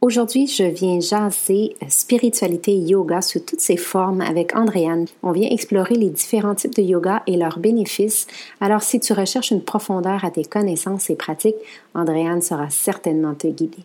Aujourd'hui, je viens jaser euh, spiritualité et yoga sous toutes ses formes avec Andréane. On vient explorer les différents types de yoga et leurs bénéfices. Alors, si tu recherches une profondeur à tes connaissances et pratiques, Andréane sera certainement te guider.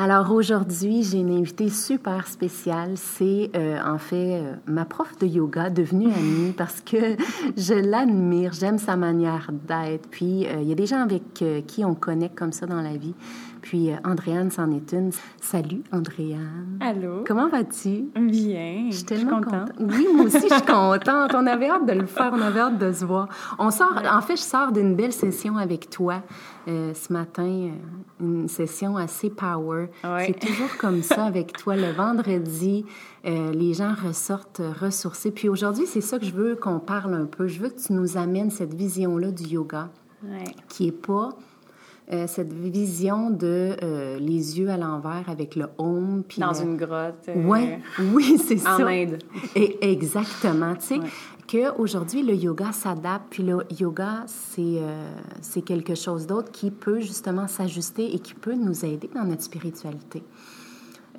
Alors aujourd'hui, j'ai une invitée super spéciale. C'est euh, en fait euh, ma prof de yoga devenue amie parce que je l'admire, j'aime sa manière d'être. Puis euh, il y a des gens avec qui on connecte comme ça dans la vie. Puis euh, Andréane c'en est une. Salut Andréane. Allô. Comment vas-tu? Bien. Je suis tellement contente. Oui, moi aussi je suis contente. On avait hâte de le faire, on avait hâte de se voir. On sort, ouais. en fait, je sors d'une belle session avec toi euh, ce matin, une session assez power. Ouais. C'est toujours comme ça avec toi. Le vendredi, euh, les gens ressortent ressourcés. Puis aujourd'hui, c'est ça que je veux qu'on parle un peu. Je veux que tu nous amènes cette vision-là du yoga, ouais. qui n'est pas euh, cette vision de euh, les yeux à l'envers avec le home. Puis euh, Dans une grotte. Ouais, oui, c'est ça. Euh, En Inde. Et, exactement. Tu sais, ouais qu'aujourd'hui, le yoga s'adapte, puis le yoga, c'est euh, quelque chose d'autre qui peut justement s'ajuster et qui peut nous aider dans notre spiritualité.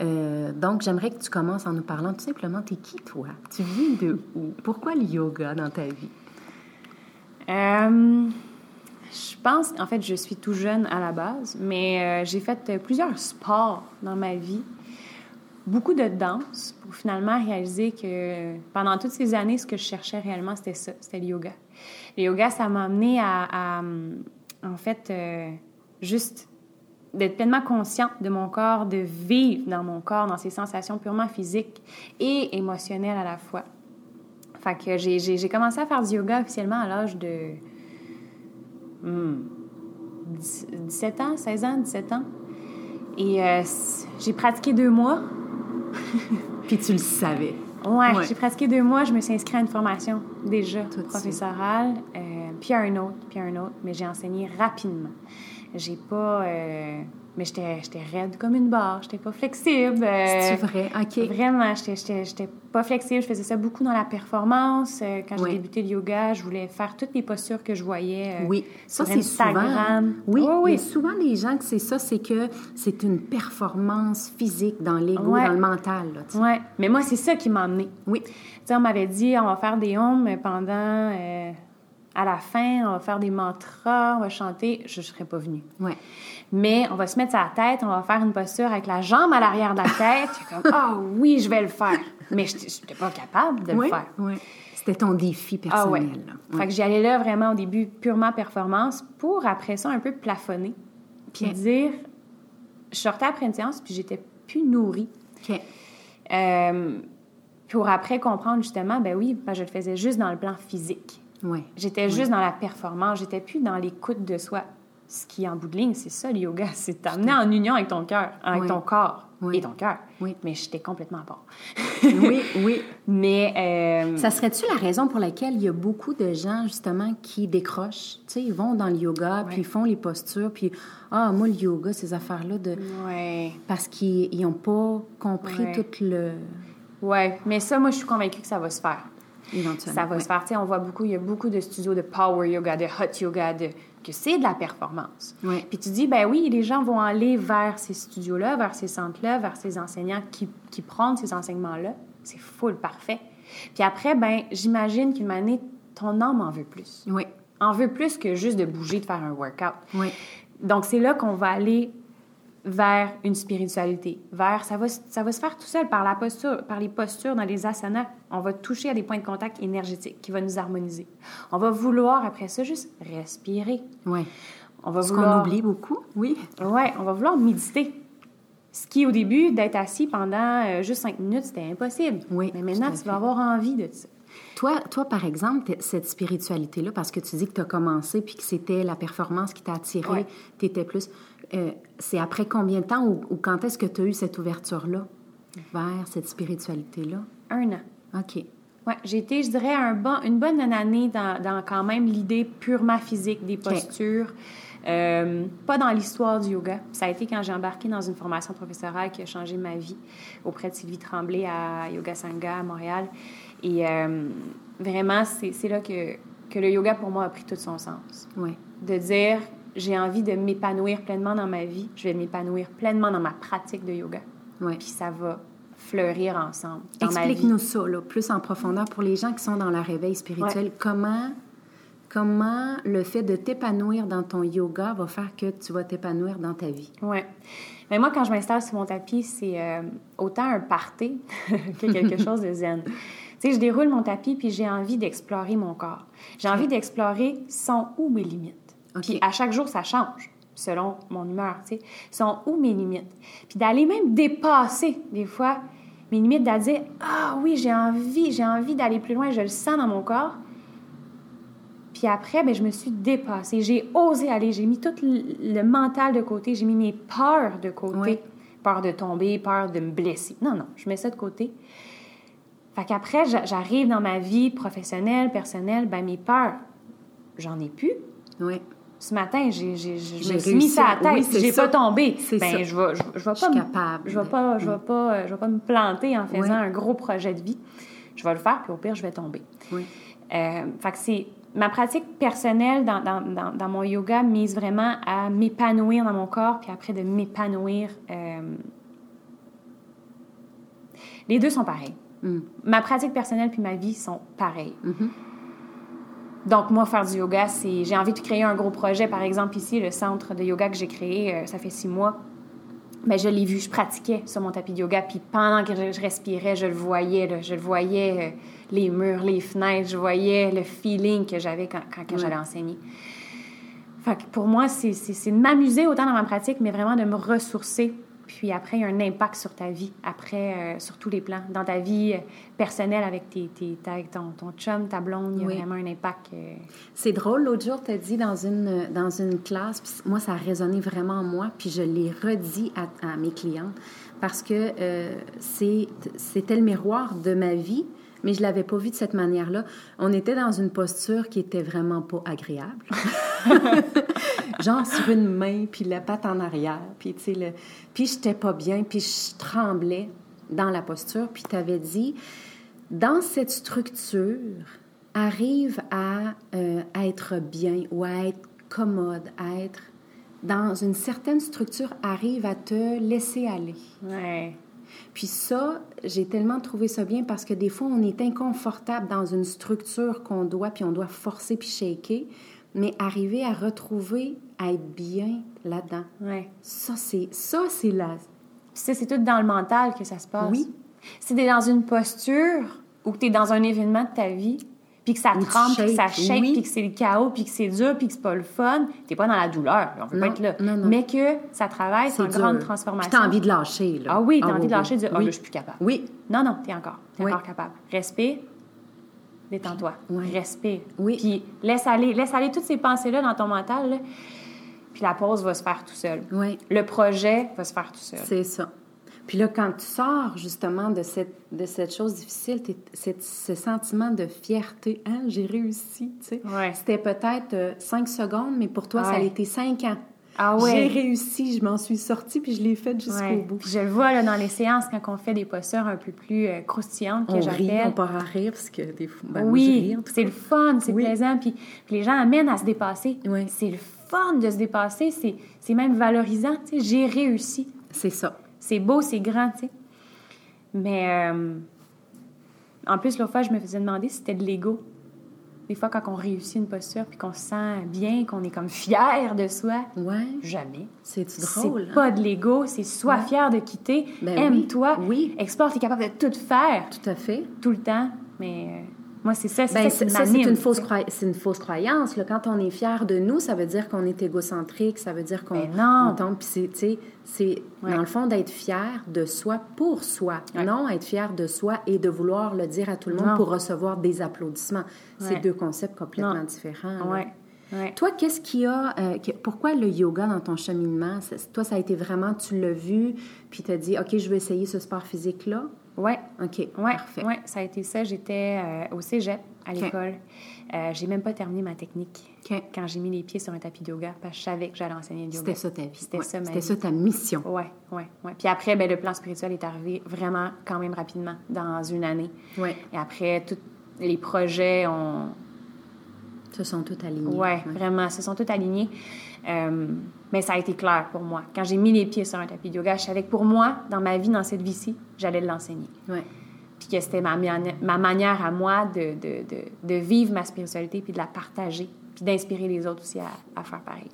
Euh, donc, j'aimerais que tu commences en nous parlant tout simplement, t'es qui toi? Tu viens de où? Pourquoi le yoga dans ta vie? Euh, je pense, en fait, je suis tout jeune à la base, mais euh, j'ai fait plusieurs sports dans ma vie beaucoup de danse pour finalement réaliser que pendant toutes ces années, ce que je cherchais réellement, c'était ça, c'était le yoga. Le yoga, ça m'a amené à, à, en fait, euh, juste d'être pleinement consciente de mon corps, de vivre dans mon corps, dans ses sensations purement physiques et émotionnelles à la fois. Fait que j'ai commencé à faire du yoga officiellement à l'âge de hmm, 17 ans, 16 ans, 17 ans. Et euh, j'ai pratiqué deux mois. Puis tu le savais. Ouais, ouais. j'ai pratiqué deux mois, je me suis inscrite à une formation déjà Tout professorale, euh, puis à un autre, puis à un autre, mais j'ai enseigné rapidement. J'ai pas. Euh, mais j'étais raide comme une barre, j'étais pas flexible. Euh, C'est vrai, ok. Vraiment, j'étais pas flexible, je faisais ça beaucoup dans la performance. euh, Quand j'ai oui. débuté le yoga, je voulais faire toutes les postures que je voyais oui. ça, Euh, sur Instagram. Souvent, oui, oh, oui. Mais souvent les gens que c'est ça, c'est que c'est une performance physique dans l'ego, ouais. dans le mental. Là, ouais. mais moi c'est ça qui m'a amenée. Oui. T'sais, on m'avait dit on va faire des hommes pendant euh, à la fin, on va faire des mantras, on va chanter, je ne serais pas venue. Ouais. Mais on va se mettre sa tête, on va faire une posture avec la jambe à l'arrière de la tête. comme, ah oh, oui, je vais le faire. Mais je n'étais pas capable de oui, le faire. Oui. C'était ton défi personnel. Ah, ouais. Ouais. Fait que j'y allais là vraiment au début purement performance pour après ça un peu plafonner. Puis okay. dire, je sortais après une séance, puis j'étais plus nourrie. Okay. Euh, pour après comprendre justement, ben oui, ben je le faisais juste dans le plan physique. Ouais, j'étais ouais. juste dans la performance, j'étais plus dans l'écoute de soi. Ce qui, en bout de ligne, c'est ça le yoga, c'est t'amener en union avec ton cœur, avec ouais. ton corps et ton cœur. Oui. Mais j'étais complètement à part. oui, oui. Mais. Euh... Ça serait-tu la raison pour laquelle il y a beaucoup de gens, justement, qui décrochent? Tu sais, ils vont dans le yoga, puis ils font les postures, puis ah, moi, le yoga, ces affaires-là Mm. de. Parce qu'ils n'ont pas compris toute le. Oui, mais ça, moi, je suis convaincue que ça va se faire. Ça va ouais. se faire. T'sais, on voit beaucoup, il y a beaucoup de studios de power yoga, de hot yoga, de, que c'est de la performance. Ouais. Puis tu dis, ben oui, les gens vont aller vers ces studios-là, vers ces centres-là, vers ces enseignants qui, qui prennent ces enseignements-là. C'est full parfait. Puis après, ben j'imagine qu'une année, ton âme en veut plus. Oui. En veut plus que juste de bouger, de faire un workout. Oui. Donc c'est là qu'on va aller vers une spiritualité, vers ça va, ça va se faire tout seul par la posture, par les postures dans les asanas. On va toucher à des points de contact énergétiques qui vont nous harmoniser. On va vouloir après ça juste respirer. Oui. On va Ce vouloir. qu'on oublie beaucoup, oui. Ouais, on va vouloir méditer. Ce qui au début d'être assis pendant euh, juste cinq minutes, c'était impossible. Oui, Mais tout maintenant, à tu fait. vas avoir envie de ça. Toi, toi, par exemple, t'es- cette spiritualité-là, parce que tu dis que tu as commencé puis que c'était la performance qui t'a attiré, Ouais. tu étais plus. euh, c'est après combien de temps ou, ou quand est-ce que tu as eu cette ouverture-là vers cette spiritualité-là? Un an. OK. Ouais, j'ai été, je dirais, un bon, une bonne année dans, dans quand même l'idée purement physique des postures, euh, pas dans l'histoire du yoga. Ça a été quand j'ai embarqué dans une formation professorale qui a changé ma vie auprès de Sylvie Tremblay à Yoga Sangha à Montréal. Et euh, vraiment, c'est c'est là que, que le yoga pour moi a pris tout son sens. Oui. De dire, j'ai envie de m'épanouir pleinement dans ma vie, je vais m'épanouir pleinement dans ma pratique de yoga. Ouais. Puis ça va fleurir ensemble dans ma vie. Explique-nous ça, là, plus en profondeur pour les gens qui sont dans leur réveil spirituel. Comment, comment le fait de t'épanouir dans ton yoga va faire que tu vas t'épanouir dans ta vie? Ouais. Mais moi, quand je m'installe sur mon tapis, c'est euh, autant un party que quelque chose de zen. Tu sais, je déroule mon tapis, puis j'ai envie d'explorer mon corps. J'ai envie d'explorer sont où mes limites. OK. Puis à chaque jour, ça change selon mon humeur, tu sais. Sont où mes limites. Puis d'aller même dépasser, des fois, mes limites, d'aller dire, ah oui, j'ai envie, j'ai envie d'aller plus loin, je le sens dans mon corps. Puis après, ben, je me suis dépassée. J'ai osé aller. J'ai mis tout l- le mental de côté. J'ai mis mes peurs de côté. Ouais. Peur de tomber, peur de me blesser. Non, non, je mets ça de côté. Fait qu'après, j'a- j'arrive dans ma vie professionnelle, personnelle, ben mes peurs, j'en ai plus. Oui. Ce matin, j'ai, j'ai- j'ai- je J'ai me suis mis réussi ça à à- la tête. oui, c'est j'ai ça. pas tombé. C'est ça. ben, je vais, je, je vais pas Je suis me- capable. Mm. Je vais pas, je vais pas, euh, je vais pas me planter en faisant Ouais. un gros projet de vie. Je vais le faire, puis au pire, je vais tomber. Oui. Euh, fait que c'est ma pratique personnelle dans, dans, dans, dans mon yoga mise vraiment à m'épanouir dans mon corps, puis après de m'épanouir. euh, Les deux sont pareils. Mm. Ma pratique personnelle puis ma vie sont pareilles. Mhm. Donc, moi, faire du yoga, c'est. J'ai envie de créer un gros projet. Par exemple, ici, le centre de yoga que j'ai créé, euh, ça fait six mois. Mais Ben, je l'ai vu, je pratiquais sur mon tapis de yoga. Puis pendant que je, je respirais, je le voyais. là. je le voyais, euh, les murs, les fenêtres. Je voyais le feeling que j'avais quand, quand, quand Ouais. j'allais enseigner. Fait que pour moi, c'est c'est- c'est de m'amuser autant dans ma pratique, mais vraiment de me ressourcer. Puis après, il y a un impact sur ta vie, après, euh, sur tous les plans. Dans ta vie euh, personnelle, avec, tes, tes- ta- avec ton, ton chum, ta blonde, il y a Oui. vraiment un impact. euh, C'est drôle, l'autre jour, tu as dit dans une, dans une classe, puis moi, ça a résonné vraiment en moi, puis je l'ai redit à, à mes clientes, parce que euh, c'est- c'était le miroir de ma vie, mais je l'avais pas vu de cette manière-là. On était dans une posture qui était vraiment pas agréable. Genre sur une main, puis la patte en arrière, puis tu sais, le... puis j'étais pas bien, puis je tremblais dans la posture, puis tu avais dit, dans cette structure, arrive à, euh, à être bien ou à être commode, à être dans une certaine structure, arrive à te laisser aller. ouais. Puis ça, j'ai tellement trouvé ça bien parce que des fois, on est inconfortable dans une structure qu'on doit, puis on doit forcer, puis shaker, mais arriver à retrouver, à être bien là-dedans. Ouais. Ça, c'est ça, c'est la... Puis ça, c'est tout dans le mental que ça se passe. Oui. Si t'es dans une posture ou que t'es dans un événement de ta vie, puis que ça Ou tu tremble, puis que ça shakes, shake, oui. puis que c'est le chaos, puis que c'est dur, puis que c'est pas le fun, t'es pas dans la douleur. là, On veut Non, pas être là. non, non. Mais que ça travaille, c'est c'est une dur. grande Puis transformation. t'as envie de lâcher, là. Ah oui, t'as Ah envie de oui, lâcher, de dire, ah, oui. là, je suis plus capable. Oui, Non, non, t'es encore. T'es Oui. encore capable. Respire. Détends-toi. Oui. Respire. Oui. Puis laisse aller, laisse aller toutes ces pensées-là dans ton mental. là. Puis la pause va se faire tout seul. oui. Le projet va se faire tout seul. C'est ça. Puis là, quand tu sors justement de cette, de cette chose difficile, t'es- cette- ce sentiment de fierté, hein, j'ai réussi, tu sais. Ouais. C'était peut-être euh, cinq secondes, mais pour toi, ça a Ouais. été cinq ans. Ah ouais. J'ai réussi, je m'en suis sortie, puis je l'ai faite jusqu'au Ouais. bout. Puis Je le vois là, dans les séances quand on fait des postures un peu plus euh, croustillantes que On rit, j'appelle. on part à rire, parce que des fois, ben, moi, je oui, ris, en tout c'est cas. le fun, c'est Oui. plaisant. Puis, puis les gens amènent à se dépasser. Oui. C'est le fun de se dépasser. C'est, c'est même valorisant. tu sais. J'ai réussi. C'est ça. C'est beau, c'est grand. tu sais. Mais euh, en plus, l'autre fois, je me faisais demander si c'était de l'ego. Des fois, quand on réussit une posture puis qu'on se sent bien, qu'on est comme fier de soi, Ouais. jamais. C'est C'est drôle. hein? pas de l'ego, c'est sois Ouais. fier de quitter, Ben oui, aime-toi, oui. explore, t'es capable de tout faire, Tout à fait. tout le temps. Mais euh, moi, c'est ça, c'est Ben, ça ça, qui ça, c'est m'anime, une, fausse tu sais. croi- c'est une fausse croyance. là. Quand on est fier de nous, ça veut dire qu'on est égocentrique, ça veut dire qu'on Ben non. on tombe. Puis c'est, tu sais, c'est Ouais. dans le fond d'être fier de soi pour soi, Ouais. non être fier de soi et de vouloir le dire à tout le monde Non. pour recevoir des applaudissements. C'est Ouais. deux concepts complètement Non. différents. hein, là. Ouais, ouais. Toi, qu'est-ce qu'il y a, euh, que- pourquoi le yoga dans ton cheminement? Ça- toi, ça a été vraiment, tu l'as vu, puis tu as dit, OK, je vais essayer ce sport physique-là. Ouais. OK, Ouais, parfait. ouais, ça a été ça. J'étais euh, au cégep à Ok. l'école. Euh, j'ai même pas terminé ma technique Ok. quand j'ai mis les pieds sur un tapis de yoga parce que je savais que j'allais enseigner le yoga. C'était ça ta vie. C'était Ouais, ça ma C'était vie. ça ta mission. Ouais, ouais, ouais. Puis après, ben, le plan spirituel est arrivé vraiment quand même rapidement, dans une année. Ouais. Et après, tous les projets ont, Se sont toutes alignées. Ouais, vraiment, se sont tous alignés. Euh, mais ça a été clair pour moi. Quand j'ai mis les pieds sur un tapis de yoga, je savais que pour moi, dans ma vie, dans cette vie-ci, j'allais l'enseigner. Ouais. Puis que c'était ma, mani- ma manière à moi de, de, de, de vivre ma spiritualité, puis de la partager, puis d'inspirer les autres aussi à, à faire pareil.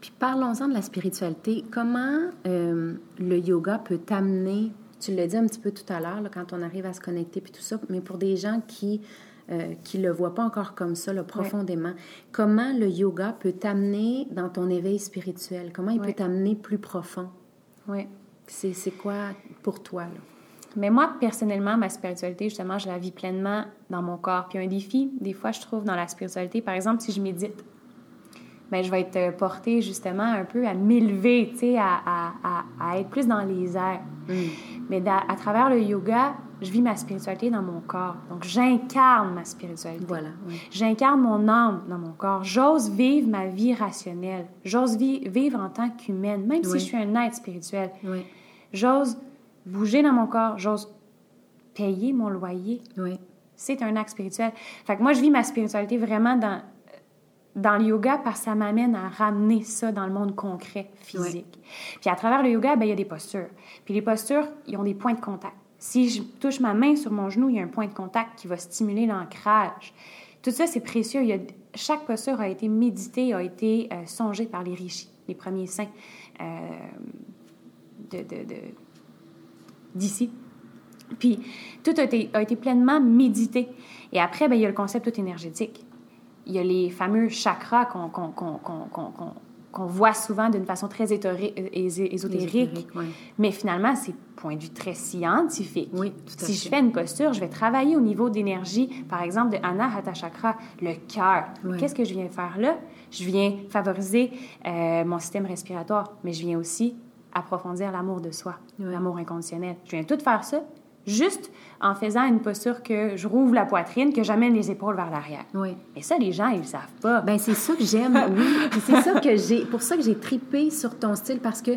Puis parlons-en de la spiritualité. Comment euh, le yoga peut t'amener, tu l'as dit un petit peu tout à l'heure, là, quand on arrive à se connecter puis tout ça, mais pour des gens qui ne le voient pas encore comme ça, là, profondément, comment le yoga peut t'amener dans ton éveil spirituel? Comment il Ouais. peut t'amener plus profond? Ouais. C'est c'est quoi pour toi? là? Mais moi, personnellement, ma spiritualité, justement, je la vis pleinement dans mon corps. Puis un défi, des fois, je trouve dans la spiritualité, par exemple, si je médite, ben je vais être euh, portée, justement, un peu à m'élever, tu sais, à, à- à- à être plus dans les airs. Mm. Mais d'a- à travers le yoga, je vis ma spiritualité dans mon corps. Donc, j'incarne ma spiritualité. Voilà, oui. J'incarne mon âme dans mon corps. J'ose vivre ma vie rationnelle. J'ose vi- vivre en tant qu'humaine, même Oui. si je suis un être spirituel. Oui, J'ose bouger dans mon corps, j'ose payer mon loyer. oui. C'est un acte spirituel. Fait que moi, je vis ma spiritualité vraiment dans, dans le yoga parce que ça m'amène à ramener ça dans le monde concret, physique. Puis à travers le yoga, ben, il y a des postures. Puis les postures, ils ont des points de contact. Si je touche ma main sur mon genou, il y a un point de contact qui va stimuler l'ancrage. Tout ça, c'est précieux. Il y a- chaque posture a été méditée, a été euh, songée par les rishis, les premiers saints euh, de- de- de- d'ici. Puis tout a été, a été pleinement médité. Et après, ben, il y a le concept tout énergétique. Il y a les fameux chakras qu'on qu'on- qu'on- qu'on- qu'on- qu'on- qu'on voit souvent d'une façon très éthoré- euh, ésé- ésotérique. Ésotérique, ouais. Mais finalement, c'est point de vue très scientifique. Oui, tout à si fait. je fais une posture, je vais travailler au niveau d'énergie, par exemple de Anahata Chakra, le cœur. Mais Ouais. Qu'est-ce que je viens faire là? Je viens favoriser euh, mon système respiratoire, mais je viens aussi approfondir l'amour de soi, Ouais. l'amour inconditionnel. Je viens tout faire ça juste en faisant une posture que je rouvre la poitrine, que j'amène les épaules vers l'arrière. Oui. Mais ça, les gens, ils le savent pas. Ben c'est ça que j'aime, oui. Puis c'est ça que j'ai, pour ça que j'ai tripé sur ton style parce que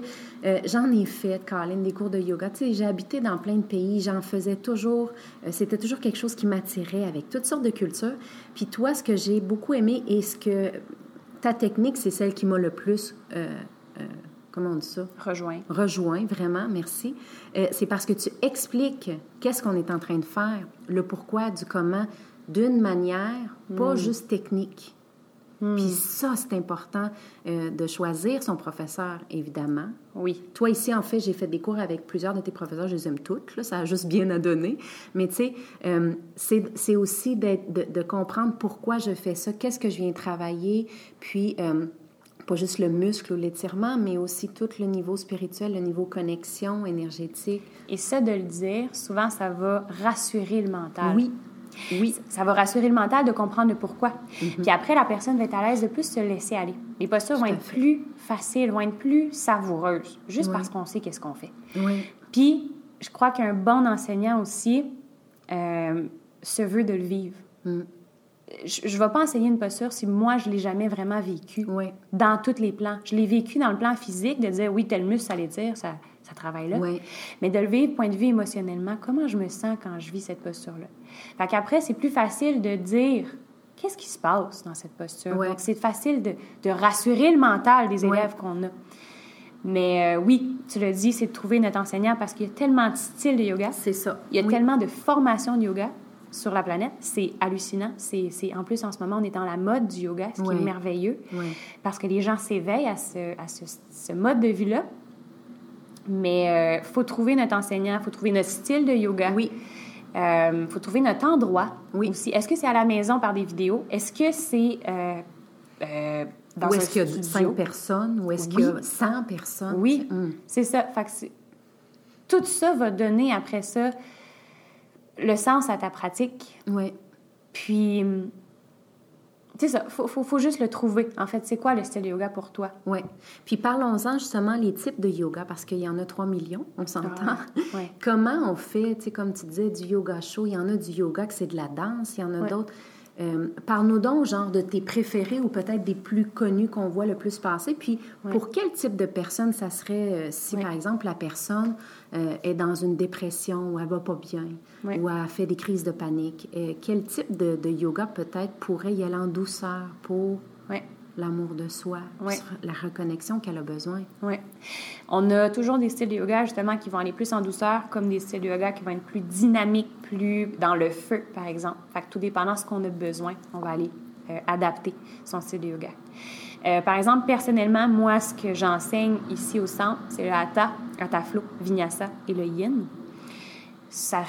euh, j'en ai fait, Colin, des cours de yoga. Tu sais, j'ai habité dans plein de pays, j'en faisais toujours. euh, c'était toujours quelque chose qui m'attirait avec toutes sortes de cultures. Puis toi, ce que j'ai beaucoup aimé et ce que ta technique, c'est celle qui m'a le plus, euh, euh, comment on dit ça, Rejoins. rejoint vraiment, merci. Euh, c'est parce que tu expliques qu'est-ce qu'on est en train de faire, le pourquoi, du comment, d'une manière, pas juste technique. Puis ça, c'est important euh, de choisir son professeur, évidemment. Oui. Toi, ici, en fait, j'ai fait des cours avec plusieurs de tes professeurs. Je les aime toutes. Là, ça a juste bien à donner. Mais tu sais, euh, c'est c'est aussi d'être- de, de comprendre pourquoi je fais ça, qu'est-ce que je viens travailler, puis euh, pas juste le muscle ou l'étirement, mais aussi tout le niveau spirituel, le niveau connexion énergétique. Et ça, de le dire, souvent, ça va rassurer le mental. Oui, oui, Ça va rassurer le mental de comprendre le pourquoi. Mhm. Puis après, la personne va être à l'aise de plus se laisser aller. Les postures vont à être fait. plus faciles, vont être plus savoureuses, juste Oui. parce qu'on sait qu'est-ce qu'on fait. oui, Puis, je crois qu'un bon enseignant aussi euh, se veut de le vivre. Mm. Je ne vais pas enseigner une posture si moi, je ne l'ai jamais vraiment vécu oui, dans tous les plans. Je l'ai vécu dans le plan physique, de dire oui, tel muscle, ça allait dire, ça, ça travaille là. Oui. Mais de le vivre, point de vue émotionnellement, comment je me sens quand je vis cette posture-là. Fait qu'après, c'est plus facile de dire qu'est-ce qui se passe dans cette posture. Ouais. Donc, c'est facile de, de rassurer le mental des Ouais. élèves qu'on a. Mais euh, oui, tu le dis, c'est de trouver notre enseignant parce qu'il y a tellement de styles de yoga. c'est ça. Il y a Oui. tellement de formations de yoga. sur la planète. C'est hallucinant. C'est, c'est- en plus, en ce moment, on est dans la mode du yoga, ce qui Oui. est merveilleux, Oui. parce que les gens s'éveillent à ce, à ce, ce mode de vie-là. Mais il faut trouver notre enseignant, faut trouver notre style de yoga. Oui. Euh, faut trouver notre endroit Oui. aussi. Est-ce que c'est à la maison par des vidéos? Est-ce que c'est euh, euh, dans Ou un est-ce qu'il y a studio? 5 personnes ou est-ce Oui. qu'il y a 100 personnes? Oui, Hum. c'est ça. Fait que c'est- tout ça va donner après ça le sens à ta pratique. Oui. Puis, hum, c'est ça, faut, faut, faut juste le trouver. En fait, c'est quoi le style yoga pour toi? Oui. Puis parlons-en justement les types de yoga, parce qu'il y en a 3 millions, on s'entend. Ah, ouais. Comment on fait, tu sais, comme tu disais, du yoga chaud, il y en a du yoga que c'est de la danse, il y en a Ouais. d'autres. Euh, Parle-nous donc, genre, de tes préférés ou peut-être des plus connus qu'on voit le plus passer. Puis, Ouais. pour quel type de personne ça serait euh, si, Ouais. par exemple, la personne euh, est dans une dépression ou elle va pas bien Ouais. ou a fait des crises de panique? Euh, quel type de, de yoga peut-être pourrait y aller en douceur pour Ouais. l'amour de soi, puis Ouais. sur la reconnexion qu'elle a besoin. Oui. On a toujours des styles de yoga, justement, qui vont aller plus en douceur, comme des styles de yoga qui vont être plus dynamiques, plus dans le feu, par exemple. Fait que tout dépendant de ce qu'on a besoin, on va aller euh, adapter son style de yoga. Euh, par exemple, personnellement, moi, ce que j'enseigne ici au centre, c'est le Hatha, Hatha Flow, Vinyasa et le Yin. Ça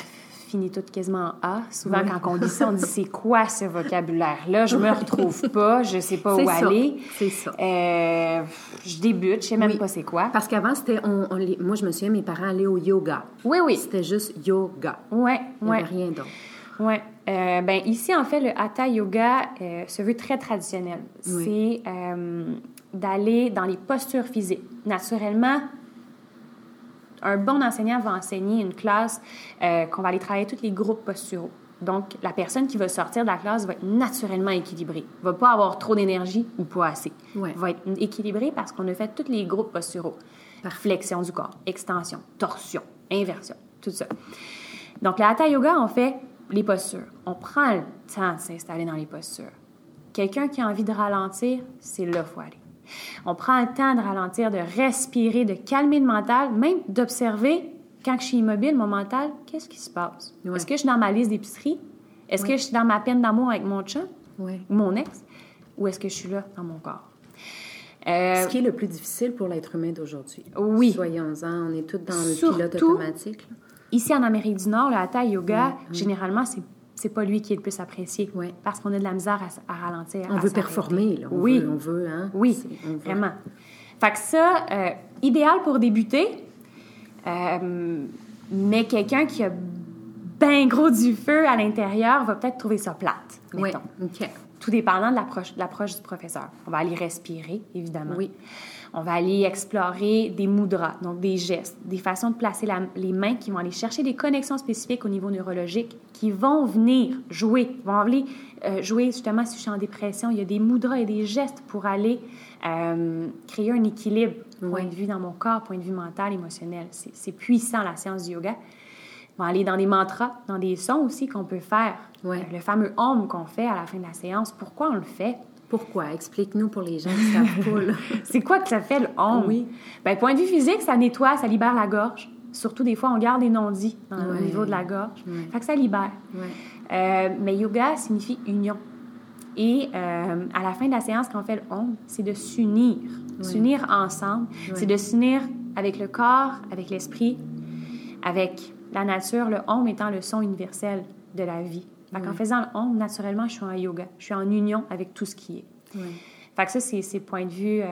finit tout quasiment en A. Souvent, Oui. quand on dit ça, on dit « C'est quoi ce vocabulaire-là? Je me retrouve pas, je sais pas où C'est ça, aller. » c'est ça. Euh, je débute, je sais même Oui. pas c'est quoi. Parce qu'avant, c'était. On, on les- moi, je me souviens, mes parents allaient au yoga. Oui, oui. C'était juste yoga. Ouais, Il n'y ouais, avait rien d'autre. ouais. Euh, ben ici en fait le hatha yoga euh, se veut très traditionnel. Oui. C'est euh, d'aller dans les postures physiques. Naturellement, un bon enseignant va enseigner une classe euh, qu'on va aller travailler tous les groupes posturaux. Donc la personne qui va sortir de la classe va être naturellement équilibrée, va pas avoir trop d'énergie ou pas assez. Ouais. Va être équilibrée parce qu'on a fait tous les groupes posturaux. Parfait. flexion du corps, extension, torsion, inversion, tout ça. Donc, la Hatha Yoga, on fait les postures. On prend le temps de s'installer dans les postures. Quelqu'un qui a envie de ralentir, c'est là qu'il faut aller. On prend le temps de ralentir, de respirer, de calmer le mental, même d'observer quand je suis immobile, mon mental, qu'est-ce qui se passe? Ouais. Est-ce que je suis dans ma liste d'épicerie? Est-ce Ouais. que je suis dans ma peine d'amour avec mon chat Ouais. ou mon ex? Ou est-ce que je suis là dans mon corps? Euh, Ce qui est le plus difficile pour l'être humain d'aujourd'hui. Oui. Soyons-en, on est tous dans le Surtout- pilote automatique. là. Ici, en Amérique du Nord, le hatha yoga, généralement, c'est c'est pas lui qui est le plus apprécié. Ouais. Parce qu'on a de la misère à, s- à ralentir. On à veut s'arrêter. performer, là. On oui. Veut, on veut, hein? Oui, C'est- on veut. vraiment. Fait que ça, euh, idéal pour débuter, euh, mais quelqu'un qui a ben gros du feu à l'intérieur va peut-être trouver ça plate, Oui. mettons. OK. Tout dépendant de l'approche de l'approche du professeur. On va aller respirer, évidemment. Oui. On va aller explorer des mudras, donc des gestes, des façons de placer la- les mains qui vont aller chercher des connexions spécifiques au niveau neurologique, qui vont venir jouer, vont aller euh, jouer justement si je suis en dépression. Il y a des mudras et des gestes pour aller euh, créer un équilibre, point Oui. de vue dans mon corps, point de vue mental, émotionnel. C'est c'est puissant la science du yoga. On va aller dans des mantras, dans des sons aussi qu'on peut faire. euh, Oui. Le fameux om qu'on fait à la fin de la séance. Pourquoi on le fait? Pourquoi? Explique-nous pour les gens qui ne savent pas, là. C'est quoi que ça fait le on? Oui. Ben, point de vue physique, ça nettoie, ça libère la gorge. Surtout des fois, on garde des non-dits dans- Ouais. au niveau de la gorge. Ouais. Fait que ça libère. Ouais. Euh, mais yoga signifie union. Et euh, à la fin de la séance, quand on fait le on, c'est de s'unir, Ouais. s'unir ensemble. Ouais. C'est de s'unir avec le corps, avec l'esprit, avec la nature, le on étant le son universel de la vie. Fait qu'en Ouais. faisant le on, naturellement, je suis en yoga. Je suis en union avec tout ce qui est. Ouais. Fait que ça, c'est c'est point de vue euh,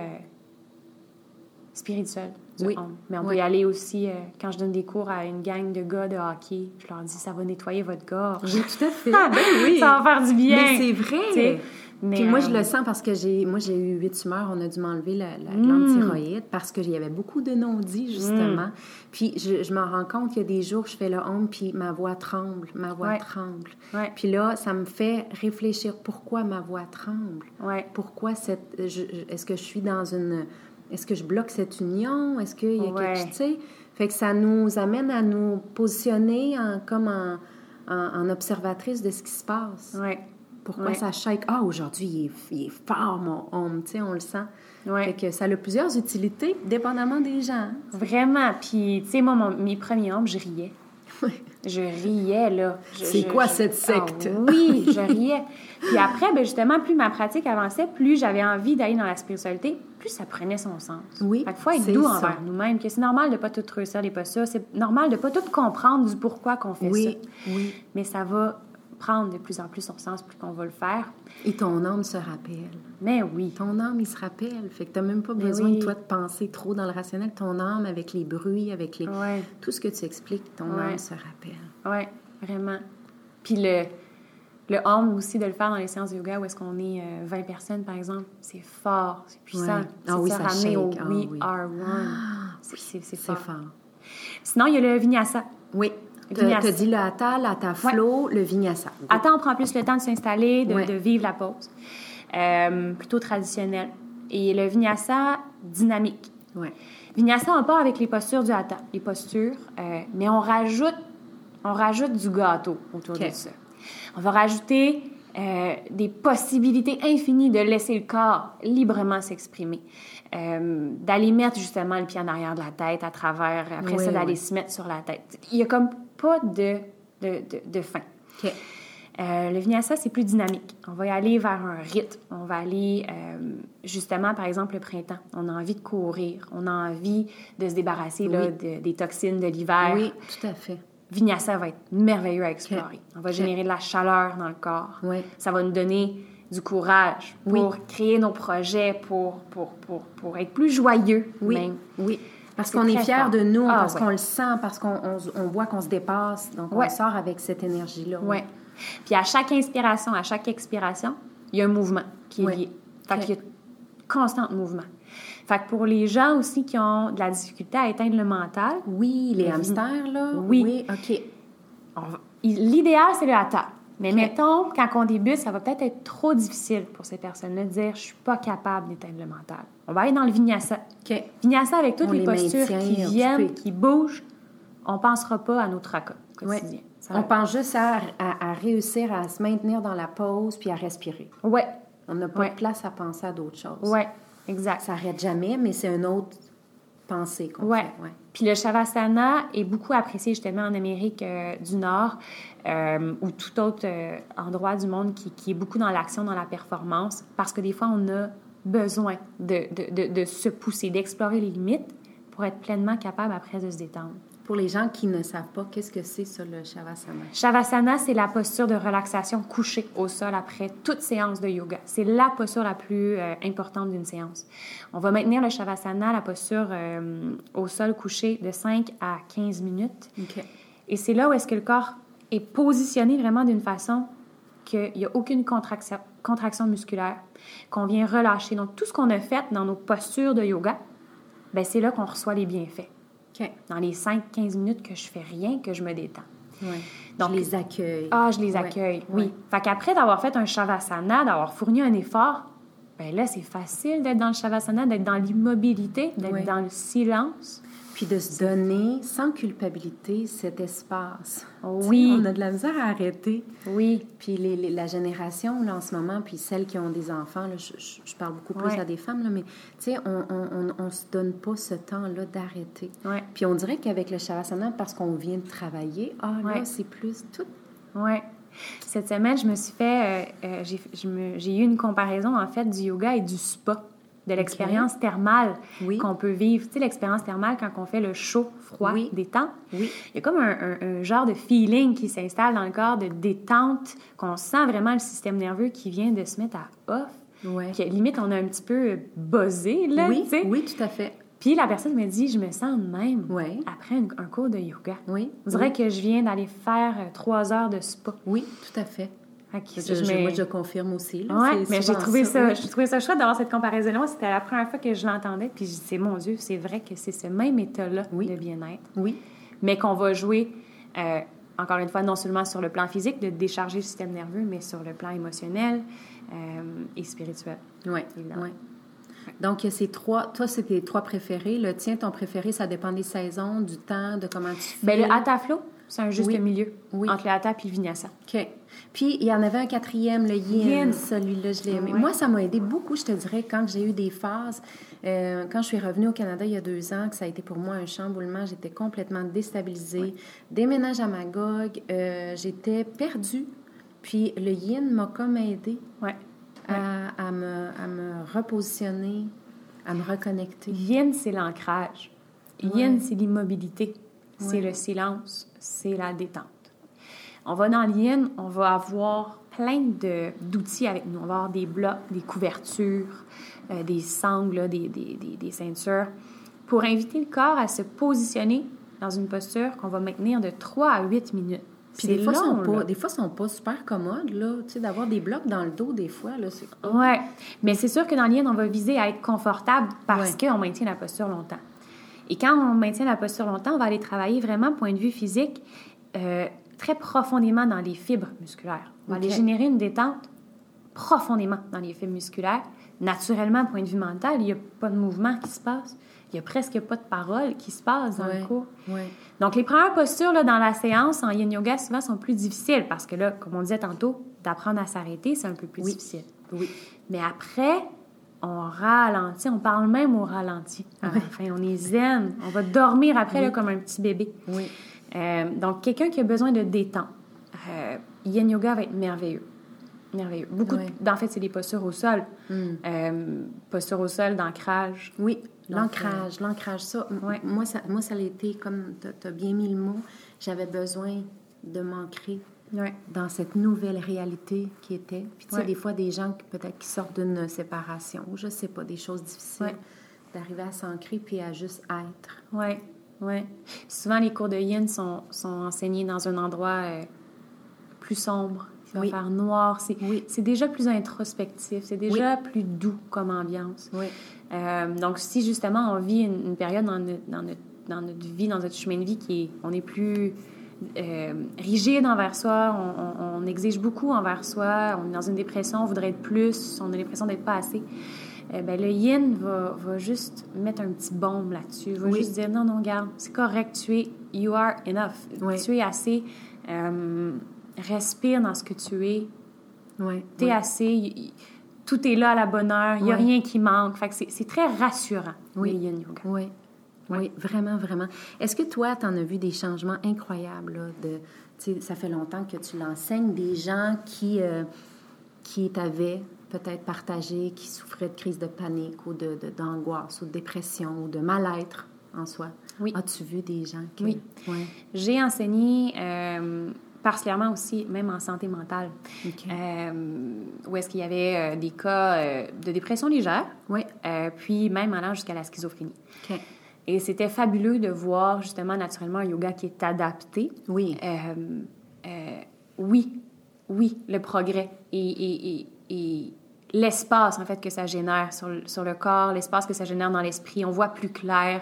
spirituel du Oui. homme. Mais on peut Oui. y aller aussi, euh, quand je donne des cours à une gang de gars de hockey, je leur dis, ça va nettoyer votre gorge. Oui, tout à fait. Ah, Ben oui. Ça va faire du bien. Mais c'est vrai. Tu sais, mais, Puis moi, euh, je le sens parce que j'ai, moi, j'ai eu huit tumeurs. On a dû m'enlever la, la Mm. glande thyroïde parce qu'il y avait beaucoup de Hmm. non-dits, justement. Puis je, je m'en rends compte qu'il y a des jours, je fais le home, puis ma voix tremble, ma voix Ouais. tremble. Ouais. Puis là, ça me fait réfléchir pourquoi ma voix tremble. Ouais. Pourquoi cette... je- je- est-ce que je suis dans une... Est-ce que je bloque cette union? Est-ce qu'il y a Ouais. quelque chose... tu sais? Fait que ça nous amène à nous positionner en- comme en, en- en observatrice de ce qui se passe. Ouais. Pourquoi Ouais. ça shake? Ah, aujourd'hui, il est, il est fort, mon homme. Tu sais, on le sent. Ouais. Fait que ça a plusieurs utilités, dépendamment des gens. Vraiment. Puis, tu sais, moi, mon- mes premiers hommes, je riais. Je riais, là. Je- C'est je- quoi je- cette secte? Ah oui, je riais. Puis après, ben justement, plus ma pratique avançait, plus j'avais envie d'aller dans la spiritualité, plus ça prenait son sens. Oui, Fait qu'il faut être c'est doux ça. envers nous-mêmes, que c'est normal de pas tout réussir, les pas ça. C'est normal de pas tout comprendre du pourquoi qu'on fait Oui, ça. oui. Mais ça va prendre de plus en plus son sens plus qu'on va le faire. Et ton âme se rappelle. Mais oui. Ton âme, il se rappelle. Fait que t'as même pas Mais besoin, oui. toi, de penser trop dans le rationnel. Ton âme, avec les bruits, avec les... Ouais. Tout ce que tu expliques, ton Ouais. âme se rappelle. Oui, vraiment. Puis le, le homme aussi, de le faire dans les séances de yoga où est-ce qu'on est euh, 20 personnes, par exemple, c'est fort, c'est puissant. Ouais. C'est Ah oui, de se ça ramener au shake. Ah We oui. Ah, are one. C'est- c'est c'est C'est fort. fort. Sinon, il y a le vinyasa. Oui. Tu Vinyasa. Ah. as dit le hatha, le hatha flow, le vinyasa. Attends, on prend plus le temps de s'installer, de, Ouais. de vivre la pause. Euh, plutôt traditionnel. Et le vinyasa dynamique. Ouais. Vinyasa, on part avec les postures du hatha, les postures, euh, mais on rajoute, on rajoute du gâteau autour Ok. de ça. On va rajouter euh, des possibilités infinies de laisser le corps librement s'exprimer, Euh, d'aller mettre justement le pied en arrière de la tête à travers, après Oui, ça d'aller oui. se mettre sur la tête. Il y a comme pas de, de, de- de fin. OK. Euh, le vinyasa, c'est plus dynamique. On va y aller vers un rythme. On va aller, euh, justement, par exemple, le printemps. On a envie de courir. On a envie de se débarrasser là, Oui. de- des toxines de l'hiver. Oui, tout à fait. Vinyasa va être merveilleux à explorer. Ok. On va Ok. générer de la chaleur dans le corps. Oui. Ça va nous donner du courage Oui. pour créer nos projets, pour, pour, pour, pour être plus joyeux Oui, même. oui. Parce C'est qu'on est très fiers fort. de nous, Ah, parce ouais. qu'on le sent, parce qu'on on s- on voit qu'on se dépasse. Donc, on Ouais. sort avec cette énergie-là. Ouais. Puis à chaque inspiration, à chaque expiration, il y a un mouvement qui est Ouais. lié. Fait Ok. qu'il y a constant mouvement. Fait que pour les gens aussi qui ont de la difficulté à éteindre le mental, Oui, les Le vi- hamsters, là. Oui. OK. on va- il- l'idéal, c'est le hatha. Mais Ok. mettons, quand on débute, ça va peut-être être trop difficile pour ces personnes-là de dire « je suis pas capable d'éteindre le mental ». On va aller dans le vinyasa. OK. Vinyasa avec toutes On les, les postures maintient qui occupés. viennent, qui bougent, on pensera pas à nos tracas Ouais. quotidiens. Ça On va- pense juste à, à- à réussir à se maintenir dans la pause puis à respirer. Ouais, On n'a pas Ouais. de place à penser à d'autres choses. ouais, exact. Ça n'arrête jamais, mais c'est une autre pensée qu'on Ouais. fait. Ouais. Puis le Shavasana est beaucoup apprécié justement en Amérique euh, du Nord euh, ou tout autre euh, endroit du monde qui, qui est beaucoup dans l'action, dans la performance, parce que des fois, on a besoin de, de- de- de se pousser, d'explorer les limites pour être pleinement capable après de se détendre. Pour les gens qui ne savent pas, qu'est-ce que c'est ça, le Shavasana? Shavasana, c'est la posture de relaxation couchée au sol après toute séance de yoga. C'est la posture la plus euh, importante d'une séance. On va maintenir le Shavasana, la posture euh, au sol couché, de 5 à 15 minutes. OK. Et c'est là où est-ce que le corps est positionné vraiment d'une façon qu'il n'y a aucune contraction, contraction musculaire, qu'on vient relâcher. Donc, tout ce qu'on a fait dans nos postures de yoga, ben, c'est là qu'on reçoit les bienfaits. OK. Dans les 5-15 minutes que je fais rien, que je me détends. Ouais. Donc- je les accueille. Ah, je les Ouais. accueille, Ouais. oui. Fait qu'après d'avoir fait un shavasana, d'avoir fourni un effort, ben là, c'est facile d'être dans le shavasana, d'être dans l'immobilité, d'être Ouais. dans le silence. Puis de se donner sans culpabilité cet espace. Oh Oui. Tu sais, On a de la misère à arrêter. Oui, Puis les- les- la génération là, en ce moment, puis celles qui ont des enfants, là, je, je- je parle beaucoup plus Ouais. à des femmes, là, mais tu sais, on, on, on- on se donne pas ce temps-là d'arrêter. Ouais. Puis on dirait qu'avec le shavasana, parce qu'on vient de travailler, ah là, Ouais. c'est plus tout. Ouais. Cette semaine, je me suis fait, euh, euh, j'ai- je me- j'ai eu une comparaison en fait du yoga et du spa, de l'expérience thermale Oui. qu'on peut vivre. Tu sais, l'expérience thermale quand on fait le chaud, froid, Oui. détente. Oui. Il y a comme un, un- un genre de feeling qui s'installe dans le corps, de détente, qu'on sent vraiment le système nerveux qui vient de se mettre à off. Ouais. Puis, limite, on a un petit peu euh, buzzé, là, oui, tu sais. oui, tout à fait. Puis la personne me dit, je me sens de même Ouais. après une- un cours de yoga. Oui. On dirait oui. que je viens d'aller faire euh, trois heures de spa. Oui, tout à fait. Fait que Je, je je- me- moi, je confirme aussi. là, Ouais, c'est Ah, mais j'ai souvent trouvé ça, oui. j'ai trouvé ça chouette d'avoir cette comparaison-là. C'était la première fois que je l'entendais, puis j'ai dit, mon Dieu, c'est vrai que c'est ce même état-là Oui. de bien-être, Oui. mais qu'on va jouer, euh, encore une fois, non seulement sur le plan physique, de décharger le système nerveux, mais sur le plan émotionnel euh, et spirituel. Oui, Évidemment. oui. Donc, il y a ces trois. Toi, c'est tes trois préférés. Le tien, ton préféré, ça dépend des saisons, du temps, de comment tu fais. Ben, le hatha flow, C'est un juste Oui. milieu Oui. entre le hatha puis le vinyasa. OK. Puis, il y en avait un quatrième, le yin. Yin. Celui-là, je l'ai aimé. Ouais. Moi, ça m'a aidé beaucoup, je te dirais, quand j'ai eu des phases. euh, quand je suis revenue au Canada il y a deux ans, que ça a été pour moi un chamboulement, j'étais complètement déstabilisée. Déménage à Magog, euh, j'étais perdue. Puis, le yin m'a comme aidée Ouais. à, à me, à me repositionner, à me reconnecter. Yin, c'est l'ancrage. Ouais. Yin, c'est l'immobilité. Ouais. C'est le silence. C'est la détente. On va dans le yin, on va avoir plein de- d'outils avec nous. On va avoir des blocs, des couvertures, euh, des sangles, des, des- des- des ceintures, pour inviter le corps à se positionner dans une posture qu'on va maintenir de 3 à 8 minutes. Puis C'est des fois, sont long, pas, là. des fois, sont pas super commodes, là. Tu sais, d'avoir des blocs dans le dos, des fois, là, c'est... Ouais, mais c'est sûr que dans le yin, on va viser à être confortable parce Ouais. qu'on maintient la posture longtemps. Et quand on maintient la posture longtemps, on va aller travailler vraiment, point de vue physique, euh, très profondément dans les fibres musculaires. On va Ok. aller générer une détente profondément dans les fibres musculaires. Naturellement, point de vue mental, il n'y a pas de mouvement qui se passe. Il n'y a presque pas de parole qui se passe dans Ouais. le cours. Ouais. Donc, les premières postures là, dans la séance en yin yoga souvent sont plus difficiles parce que là, comme on disait tantôt, d'apprendre à s'arrêter, c'est un peu plus Oui. difficile. Oui. Mais après, on ralentit, on parle même au ralenti. Ah à la fin. on est zen, on va dormir après là, comme un petit bébé. Oui. Euh, donc, quelqu'un qui a besoin de détente, euh, Yin Yoga va être merveilleux. Merveilleux. Beaucoup Ouais. de- en fait, c'est des postures au sol. Mm. Euh, postures au sol, d'ancrage. Oui, Donc, euh, l'ancrage, l'ancrage, ça, m- Ouais. moi, ça, moi, ça l'a été, comme tu as bien mis le mot, j'avais besoin de m'ancrer Ouais. dans cette nouvelle réalité qui était. Puis, tu sais, Ouais. des fois, des gens qui peut-être qui sortent d'une séparation, ou je sais pas, des choses difficiles, Ouais. d'arriver à s'ancrer puis à juste être. Oui, oui. Souvent, les cours de yin sont, sont enseignés dans un endroit euh, plus sombre. Ça va Oui. faire noir. C'est Oui. c'est déjà plus introspectif. C'est déjà plus doux comme ambiance. Oui. Euh, donc, si justement on vit une, une période dans notre, dans, notre, dans notre vie, dans notre chemin de vie, qui est, on est plus euh, rigide envers soi, on, on- on exige beaucoup envers soi, on est dans une dépression, on voudrait être plus, on a l'impression d'être pas assez. euh, ben, le yin va, va juste mettre un petit bombe là-dessus, va Oui. juste dire non, non, garde, c'est correct, tu es, you are enough, Oui. tu es assez, euh, respire dans ce que tu es, Oui. T'es assez, y- y- tout est là à la bonne heure, il n'y a Ouais. rien qui manque. Fait que c'est c'est très rassurant, Oui. oui. le yin yoga. Oui. Oui, vraiment, vraiment. Est-ce que toi, tu en as vu des changements incroyables? Là, de, tu sais, ça fait longtemps que tu l'enseignes, des gens qui, euh, qui t'avaient peut-être partagé, qui souffraient de crise de panique ou de, de- d'angoisse ou de dépression ou de mal-être en soi. Oui. As-tu vu des gens qui... Oui. Ouais. J'ai enseigné euh, particulièrement aussi, même en santé mentale, OK. euh, où est-ce qu'il y avait euh, des cas euh, de dépression légère, Oui. euh, puis même allant jusqu'à la schizophrénie. OK. Et c'était fabuleux de voir justement naturellement un yoga qui est adapté Oui. Euh, euh, oui, oui, le progrès et, et- et- et l'espace, en fait, que ça génère sur le, sur le corps, l'espace que ça génère dans l'esprit. On voit plus clair,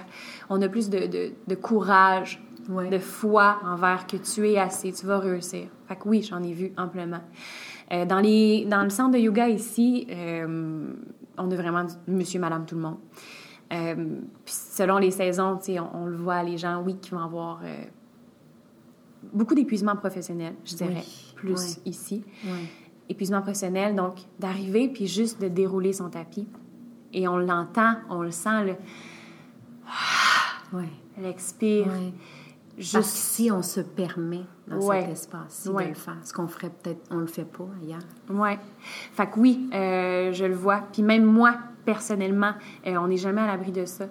on a plus de, de- de courage, Ouais. de foi envers que tu es assez, tu vas réussir. Fait que oui, j'en ai vu amplement. Euh, dans, les, dans le centre de yoga ici, euh, on a vraiment du monsieur, madame, tout le monde. Euh, puis selon les saisons, tu sais, on, on le voit, les gens, oui, qui vont avoir... euh, beaucoup d'épuisement professionnel, je dirais, Oui, plus oui. ici. Ouais. Épuisement professionnel, donc d'arriver puis juste de dérouler son tapis. Et on l'entend, on le sent, le- Ouais. l'expire. Ouais. Parce que Juste. si on se permet dans Ouais. cet espace-ci Ouais. de le faire, ce qu'on ferait peut-être, on le fait pas ailleurs. Ouais. Fait que oui, euh, je le vois. Puis même moi, personnellement, euh, on n'est jamais à l'abri de ça.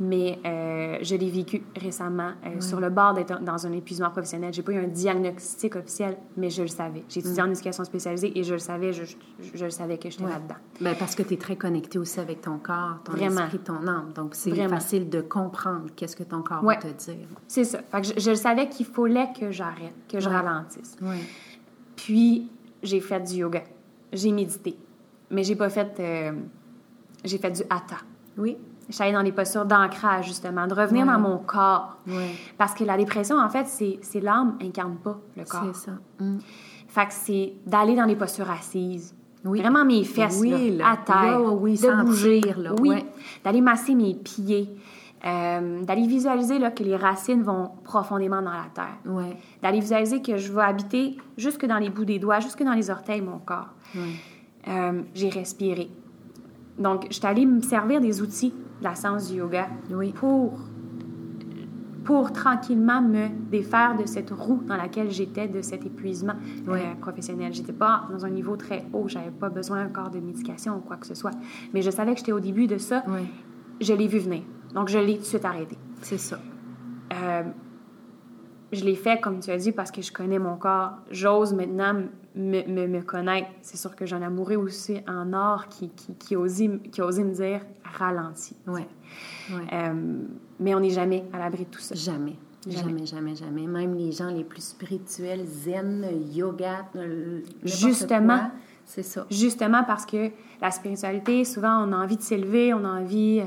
Mais euh, je l'ai vécu récemment euh, sur le bord d'être dans un épuisement professionnel. J'ai pas eu un diagnostic officiel, mais je le savais. J'ai étudié en éducation spécialisée et je le savais, je, je- je le savais que j'étais Mm. Ouais. là-dedans. Ben, parce que tu es très connecté aussi avec ton corps, ton Vraiment. esprit, ton âme. Donc, c'est Vraiment. facile de comprendre qu'est-ce que ton corps Ouais. va te dire. C'est ça. Fait que je, je le savais qu'il fallait que j'arrête, que je Ouais. ralentisse. Oui. Puis, j'ai fait du yoga. J'ai médité. Mais j'ai pas fait... euh, j'ai fait du hatha. Oui. J'allais dans les postures d'ancrage, justement, de revenir Ouais. dans mon corps. Ouais. Parce que la dépression, en fait, c'est c'est l'âme incarne pas le corps. C'est ça. Mm. Fait que c'est d'aller dans les postures assises. Oui. Vraiment mes fesses, Oui, là, là. à terre. Oui, oui, oui, de sentir, bouger. là, Oui. ouais. D'aller masser mes pieds. Euh, d'aller visualiser là, que les racines vont profondément dans la terre. Ouais. D'aller visualiser que je vais habiter jusque dans les bouts des doigts, jusque dans les orteils, mon corps. Ouais. Euh, j'ai respiré. Donc, je suis allée me servir des outils de la science du yoga Oui. pour, pour tranquillement me défaire de cette roue dans laquelle j'étais, de cet épuisement euh, Ouais. professionnel. J'étais pas dans un niveau très haut, j'avais pas besoin encore de médication ou quoi que ce soit. Mais je savais que j'étais au début de ça. Ouais. Je l'ai vu venir. Donc, je l'ai tout de suite arrêté. C'est ça. Euh, je l'ai fait, comme tu as dit, parce que je connais mon corps. J'ose maintenant m- me, me- me connaître. C'est sûr que j'en ai amouré aussi en or qui, qui, qui, osait, m- qui osait me dire ralenti. Ouais. Ouais. Euh, mais on n'est jamais à l'abri de tout ça. Jamais. Jamais, Jamais. jamais, jamais. Même les gens les plus spirituels, zen, yoga, euh, n'importe Justement. quoi, C'est ça. Justement parce que la spiritualité, souvent, on a envie de s'élever, on a envie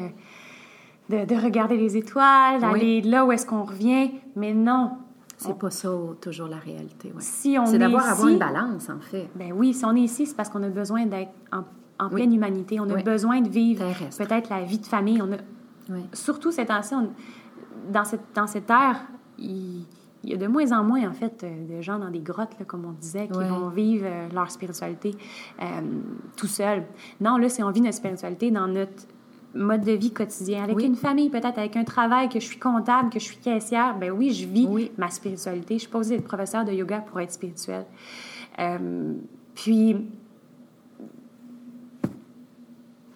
euh, de, de regarder les étoiles, d'aller là où est-ce qu'on revient. Mais non, C'est pas ça oh, toujours la réalité. ouais. si on est, C'est d'avoir avoir ici- une balance, en fait. Ben oui, si on est ici, c'est parce qu'on a besoin d'être en, en Oui. pleine humanité. On a Oui. besoin de vivre Terrestre. peut-être la vie de famille. On a, Oui. surtout ces temps-ci, on- dans, cette, dans cette ère, il, il y a de moins en moins, en fait, euh, de gens dans des grottes, là, comme on disait, qui Ouais. vont vivre euh, leur spiritualité euh, tout seul. Non, là, c'est on vit notre spiritualité dans notre mode de vie quotidien, avec Oui. une famille peut-être, avec un travail, que je suis comptable, que je suis caissière, ben oui, je vis Oui. ma spiritualité. Je suis pas obligée d'être professeur de yoga pour être spirituelle. Euh, puis,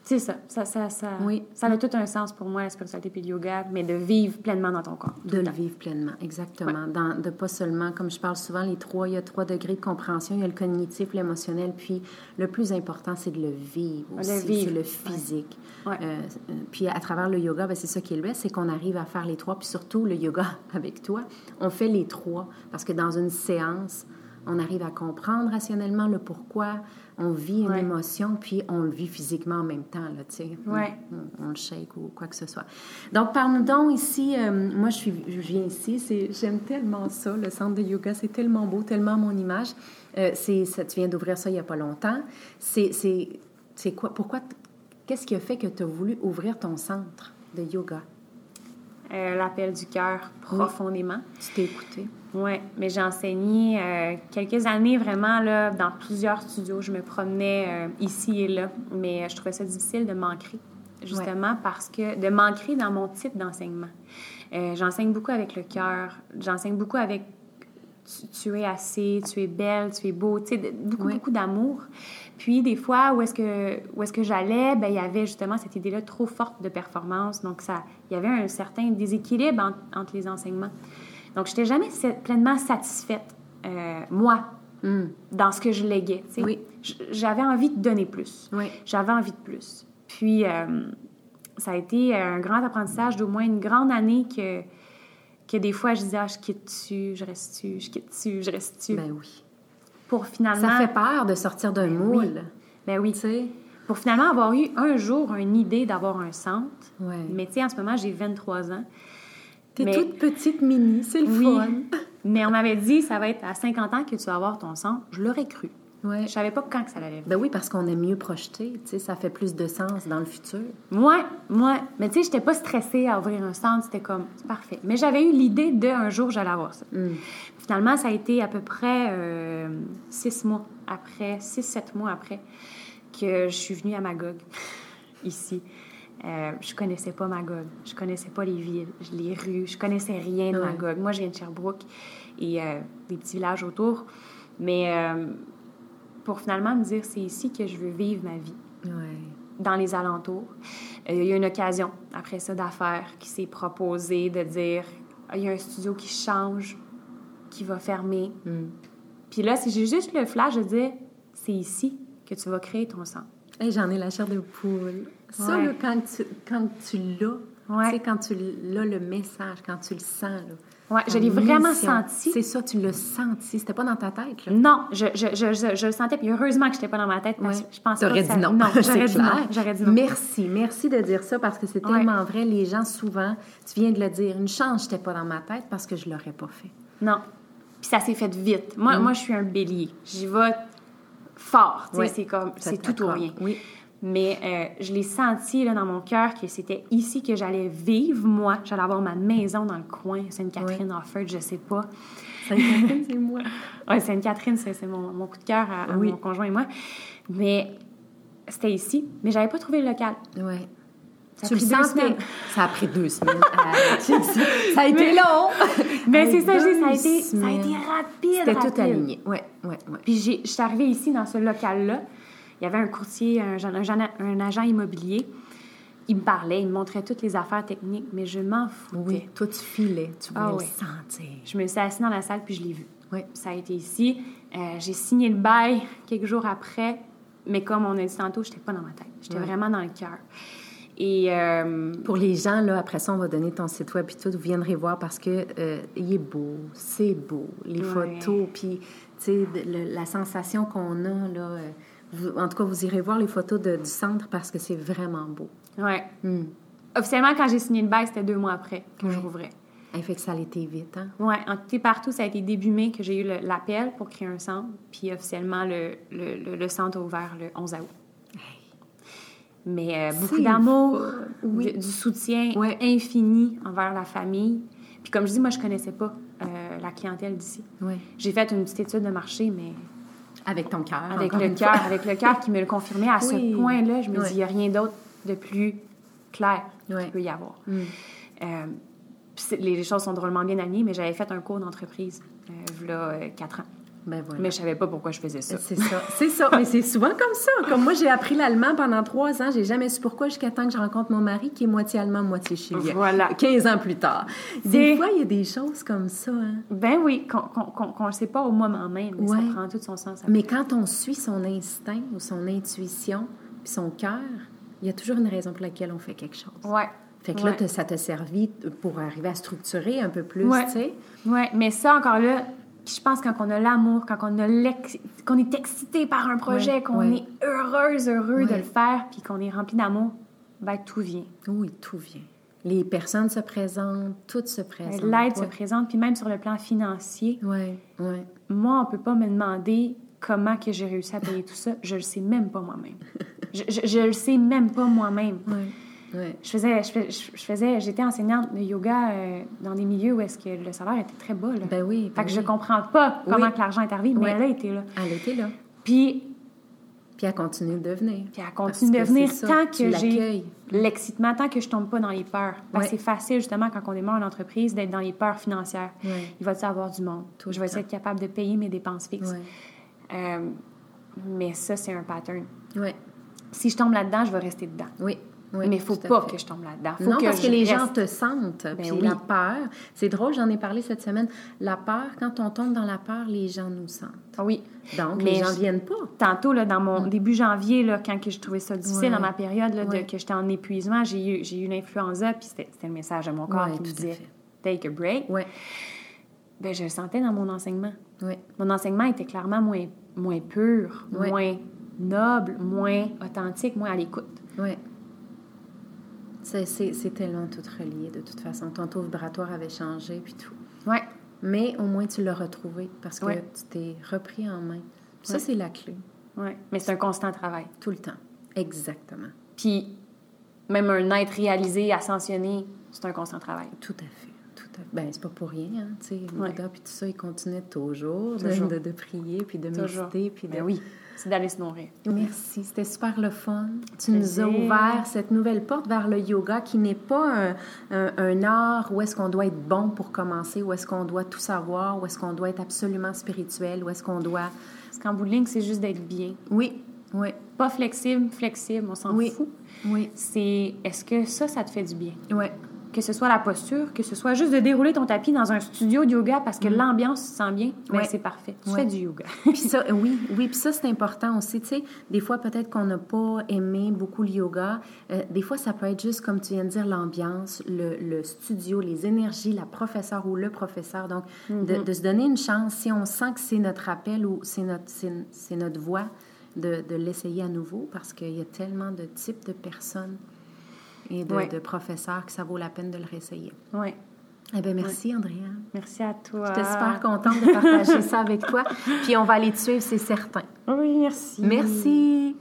c'est ça. Ça, ça, ça, Oui. ça a tout un sens pour moi, la spiritualité puis le yoga, mais de vivre pleinement dans ton corps. tout De le le temps. vivre pleinement, exactement. Dans- de pas seulement, comme je parle souvent, les trois, il y a trois degrés de compréhension, il y a le cognitif, l'émotionnel, puis le plus important, c'est de le vivre Le aussi, vivre, c'est le ouais. physique. Ouais. Euh, euh, puis à travers le yoga, ben, c'est ça qui est le best, c'est qu'on arrive à faire les trois, puis surtout le yoga avec toi, on fait les trois, parce que dans une séance, on arrive à comprendre rationnellement le pourquoi, on vit une Ouais. émotion, puis on le vit physiquement en même temps, là, tu sais. Ouais. On, on le shake ou quoi que ce soit. Donc, parle-nous donc ici. euh, moi, je, suis, je viens ici. c'est- J'aime tellement ça, le centre de yoga. C'est tellement beau, tellement mon image. Euh, c'est, ça, tu viens d'ouvrir ça il n'y a pas longtemps. C'est, c'est, c'est quoi? Pourquoi? t- Qu'est-ce qui a fait que tu as voulu ouvrir ton centre de yoga? Euh, L'appel du cœur profondément. Tu t'es écouté? Oui, mais j'ai enseigné euh, quelques années vraiment là, dans plusieurs studios. Je me promenais euh, ici et là, mais euh, je trouvais ça difficile de m'ancrer, justement parce que de m'ancrer dans mon type d'enseignement. Euh, j'enseigne beaucoup avec le cœur, j'enseigne beaucoup avec tu, tu es assez, tu es belle, tu es beau, tu sais, de- beaucoup, Ouais. beaucoup d'amour. Puis des fois, où est-ce que, où est-ce que j'allais, ben, il y avait justement cette idée-là trop forte de performance. Donc, ça, il y avait un certain déséquilibre en- entre les enseignements. Donc, je n'étais jamais sa- pleinement satisfaite, euh, moi, Hum, dans ce que je léguais. tu sais. Oui. J- J'avais envie de donner plus. Oui. J'avais envie de plus. Puis, euh, ça a été un grand apprentissage d'au moins une grande année que, que des fois, je disais, Ah, je quitte-tu, je reste-tu, je quitte-tu, je reste-tu. Ben oui. pour finalement... Ça fait peur de sortir d'un moule. Ben oui. Tu sais? Pour finalement avoir eu un jour une idée d'avoir un centre. Ouais. Mais tu sais, en ce moment, j'ai 23 ans. T'es Mais- toute petite mini, c'est le fun. Mais on m'avait dit, ça va être à 50 ans que tu vas avoir ton centre. Je l'aurais cru. Ouais. Je savais pas quand que ça allait venir. Ben oui, parce qu'on aime mieux projeter, tu sais, ça fait plus de sens dans le futur. Moi, moi, mais tu sais, j'étais pas stressée à ouvrir un centre, c'était comme c'est parfait. Mais j'avais eu l'idée de un jour j'allais avoir ça. Finalement, ça a été à peu près euh, six mois après, six sept mois après que je suis venue à Magog ici. Euh, je connaissais pas Magog, je connaissais pas les villes, les rues, je connaissais rien de Ouais. Magog. Moi, je viens de Sherbrooke et euh, des petits villages autour, mais euh, pour finalement me dire c'est ici que je veux vivre ma vie Ouais. dans les alentours. Euh, Il y a eu une occasion, après ça, d'affaires qui s'est proposée de dire Ah, il y a un studio qui change, qui va fermer. Mm. Puis là, si j'ai juste le flash de dire c'est ici que tu vas créer ton centre. Hey, j'en ai la chair de poule. Ça, Ouais. là, quand tu, quand tu l'as, Ouais. tu sais, quand tu l'as le message, quand tu le sens, là. Ouais, ta je l'ai vraiment mission, senti. C'est ça, tu l'as senti. C'était pas dans ta tête, là. Non, je, je, je, je, je le sentais, puis heureusement que je n'étais pas dans ma tête parce Ouais. que je pensais T'aurais pas que ça- dit non. Non, c'est j'aurais dit clair. non. J'aurais dit non. Merci, merci de dire ça parce que c'est Ouais. tellement vrai. Les gens, souvent, tu viens de le dire, une chance, j'étais pas dans ma tête parce que je l'aurais pas fait. Non. Puis ça s'est fait vite. Mm. Moi, moi je suis un bélier. J'y vais fort. tu sais, Ouais. C'est comme, Ça c'est te tout ou raccorde. rien. Oui. Mais euh, je l'ai senti là, dans mon cœur que c'était ici que j'allais vivre, moi. J'allais avoir ma maison dans le coin, Sainte-Catherine, en fait, je sais pas. Sainte-Catherine, c'est moi. Oui, Sainte-Catherine, c'est c'est mon, mon coup de cœur à, à Oui. mon conjoint et moi. Mais c'était ici, mais j'avais pas trouvé le local. Ouais. Ça a tu le pris deux sentais? semaines. Ça a pris deux semaines. Ah, tu sais, ça a été Mais- long. Mais c'est ça, je dis, ça a Deux été, ça a été semaines. rapide. C'était tout rapide. aligné. Ouais, ouais, ouais. Puis j'ai- je suis arrivée ici, dans ce local-là. Il y avait un courtier, un, gen- un gen- un agent immobilier. Il me parlait, il me montrait toutes les affaires techniques, mais je m'en foutais. Oui, toi, tu filais, tu voulais Ah le oui. sentir. Je me suis assise dans la salle, puis je l'ai vu. Oui. Ça a été ici. Euh, j'ai signé le bail quelques jours après, mais comme on a dit tantôt, j'étais pas dans ma tête. J'étais Ouais. vraiment dans le cœur. Et euh, Pour les gens, là, après ça, on va donner ton site web, puis tout, vous viendrez voir parce que euh, il est beau, c'est beau, les Ouais. photos, puis, tu sais, de- le- la sensation qu'on a, là, euh, vous- en tout cas, vous irez voir les photos de- du centre parce que c'est vraiment beau. ouais. Mm. Officiellement, quand j'ai signé le bail, c'était deux mois après que je Ouais. rouvrais. Elle fait que ça a été vite, hein? Ouais, en tout et partout, ça a été début mai que j'ai eu le- l'appel pour créer un centre. Puis officiellement, le, le, le- le centre a ouvert le 11 août. Mais euh, beaucoup C'est d'amour, le fun. Oui. du- du soutien Ouais. infini envers la famille. Puis comme je dis, moi, je connaissais pas euh, la clientèle d'ici. Oui. J'ai fait une petite étude de marché, mais Avec ton cœur. avec encore le une cœur, fois. avec le cœur qui me le confirmait à Oui. ce point-là, je me Ouais. dis, il n'y a rien d'autre de plus clair Ouais. qu'il peut y avoir. Mm. Euh, pis c'est- les choses sont drôlement bien alignées, mais j'avais fait un cours d'entreprise, euh, voilà, euh, quatre ans. Ben voilà. Mais je savais pas pourquoi je faisais ça. C'est ça, c'est ça. Mais c'est souvent comme ça. Comme moi, j'ai appris l'allemand pendant trois ans. J'ai jamais su pourquoi jusqu'à temps que je rencontre mon mari qui est moitié allemand, moitié chilien. Voilà. 15 ans plus tard. Des C'est- fois, il y a des choses comme ça. hein. Ben oui, qu'on qu'on- qu'on- qu'on le sait pas au moment même, mais Ouais. Mm. ça prend tout son sens. après. Mais quand on suit son instinct ou son intuition, puis son cœur, il y a toujours une raison pour laquelle on fait quelque chose. Ouais. Fait que là, ouais. t'as- ça t'a servi pour arriver à structurer un peu plus, Ouais. tu sais. Ouais, mais ça encore là, je pense quand on a l'amour, quand on a l'ex- qu'on est excité par un projet, Ouais, qu'on ouais. est heureuse, heureux de Ouais. le faire, puis qu'on est rempli d'amour, ben tout vient. Oui, tout vient. Les personnes se présentent, toutes se présentent. Euh, L'aide se présente, puis même sur le plan financier, Oui, oui. moi, on peut pas me demander comment que j'ai réussi à payer tout ça. Je le sais même pas moi-même. Je, je, je le sais même pas moi-même. Oui, oui. Je faisais, je fais- je faisais, j'étais enseignante de yoga euh, dans des milieux où est-ce que le salaire était très bas. là. Ben oui. fait ben que je oui. comprends pas comment Oui. que l'argent est arrivé, Oui. mais elle a été là. Elle était là. Puis Puis elle continue de venir. Puis elle Parce continue de que venir c'est ça, tant tu que j'ai l'accueilles. l'excitement, tant que je tombe pas dans les peurs. Parce Ouais. que c'est facile, justement, quand on démarre une entreprise, d'être dans les peurs financières. Ouais. Il va-tu avoir du monde? Tout je le vais temps. être capable de payer mes dépenses fixes. Ouais. Euh, mais ça, c'est un pattern. Ouais. Si je tombe là-dedans, je vais rester dedans. Oui. oui, mais il faut tout à pas fait. que je tombe là-dedans. Faut Non, parce que je les reste. Ben gens te sentent. puis oui. la peur, c'est drôle, j'en ai parlé cette semaine. La peur, quand on tombe dans la peur, les gens nous sentent. Ah Oui. Donc, Mais les gens je- viennent pas. Tantôt, là, dans mon début janvier, là, quand que je trouvais ça difficile, Mm. Ouais. dans ma période là, de- Ouais. que j'étais en épuisement, j'ai eu, j'ai eu l'influenza, puis c'était c'était le message de mon corps Ouais, qui me tout à disait fait. « Take a break Oui, Ben, je le sentais dans mon enseignement. oui. Mon enseignement était clairement moins, moins pur, Ouais. moins noble, moins authentique, moins à l'écoute. Oui. C'est- C'est c'est tellement tout relié, de toute façon. Ton taux vibratoire avait changé, puis tout. Ouais. Mais au moins, tu l'as retrouvé parce que Ouais. tu t'es repris en main. Ça, Ouais. c'est la clé, ouais. Mais c'est un constant travail. tout le temps. Exactement. Puis, même un être réalisé, ascensionné, c'est un constant travail. Tout à fait. Tout à fait. Ben, c'est pas pour rien, hein, tu sais. Ouais. Bouddha, puis tout ça, il continuait toujours, de- Toujours. De, de prier, puis de Toujours. méditer, puis de... Ben oui, c'est d'aller se nourrir. Merci, c'était super le fun. Tu nous Plaisir. as ouvert cette nouvelle porte vers le yoga qui n'est pas un, un- un art où est-ce qu'on doit être bon pour commencer, où est-ce qu'on doit tout savoir, où est-ce qu'on doit être absolument spirituel, où est-ce qu'on doit... Parce qu'en bout de ligne, c'est juste d'être bien. Oui, oui, Pas flexible, flexible, on s'en Oui. fout. oui, C'est est-ce que ça, ça te fait du bien? oui. Que ce soit la posture, que ce soit juste de dérouler ton tapis dans un studio de yoga parce que l'ambiance se sent bien, ben Ouais. c'est parfait. Tu Ouais. fais du yoga. Puis ça, oui, oui, puis ça, c'est important aussi. Tu sais, des fois, peut-être qu'on n'a pas aimé beaucoup le yoga. Euh, des fois, ça peut être juste, comme tu viens de dire, l'ambiance, le, le studio, les énergies, la professeure ou le professeur. Donc, Mm-hmm. de, de se donner une chance, si on sent que c'est notre appel ou c'est notre, c'est- c'est notre voix, de, de l'essayer à nouveau parce qu'il y a tellement de types de personnes et de, Ouais. de professeurs que ça vaut la peine de le réessayer. Ouais. Ah. Eh bien, merci, Andréa. Merci à toi. J'étais super contente de partager ça avec toi. Puis on va aller te suivre, c'est certain. Oui, merci. Merci.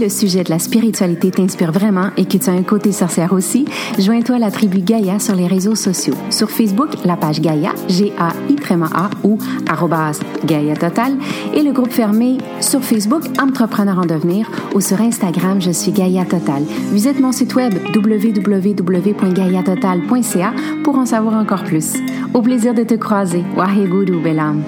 le sujet de la spiritualité t'inspire vraiment et que tu as un côté sorcière aussi, joins-toi à la tribu Gaïa sur les réseaux sociaux. Sur Facebook, la page Gaïa, G-A-I-A ou arrobas Gaïa Total et le groupe fermé sur Facebook, Entrepreneur en devenir ou sur Instagram, je suis Gaïa Total. Visite mon site web www.gaïatotal.ca pour en savoir encore plus. Au plaisir de te croiser. Waheguru Belam.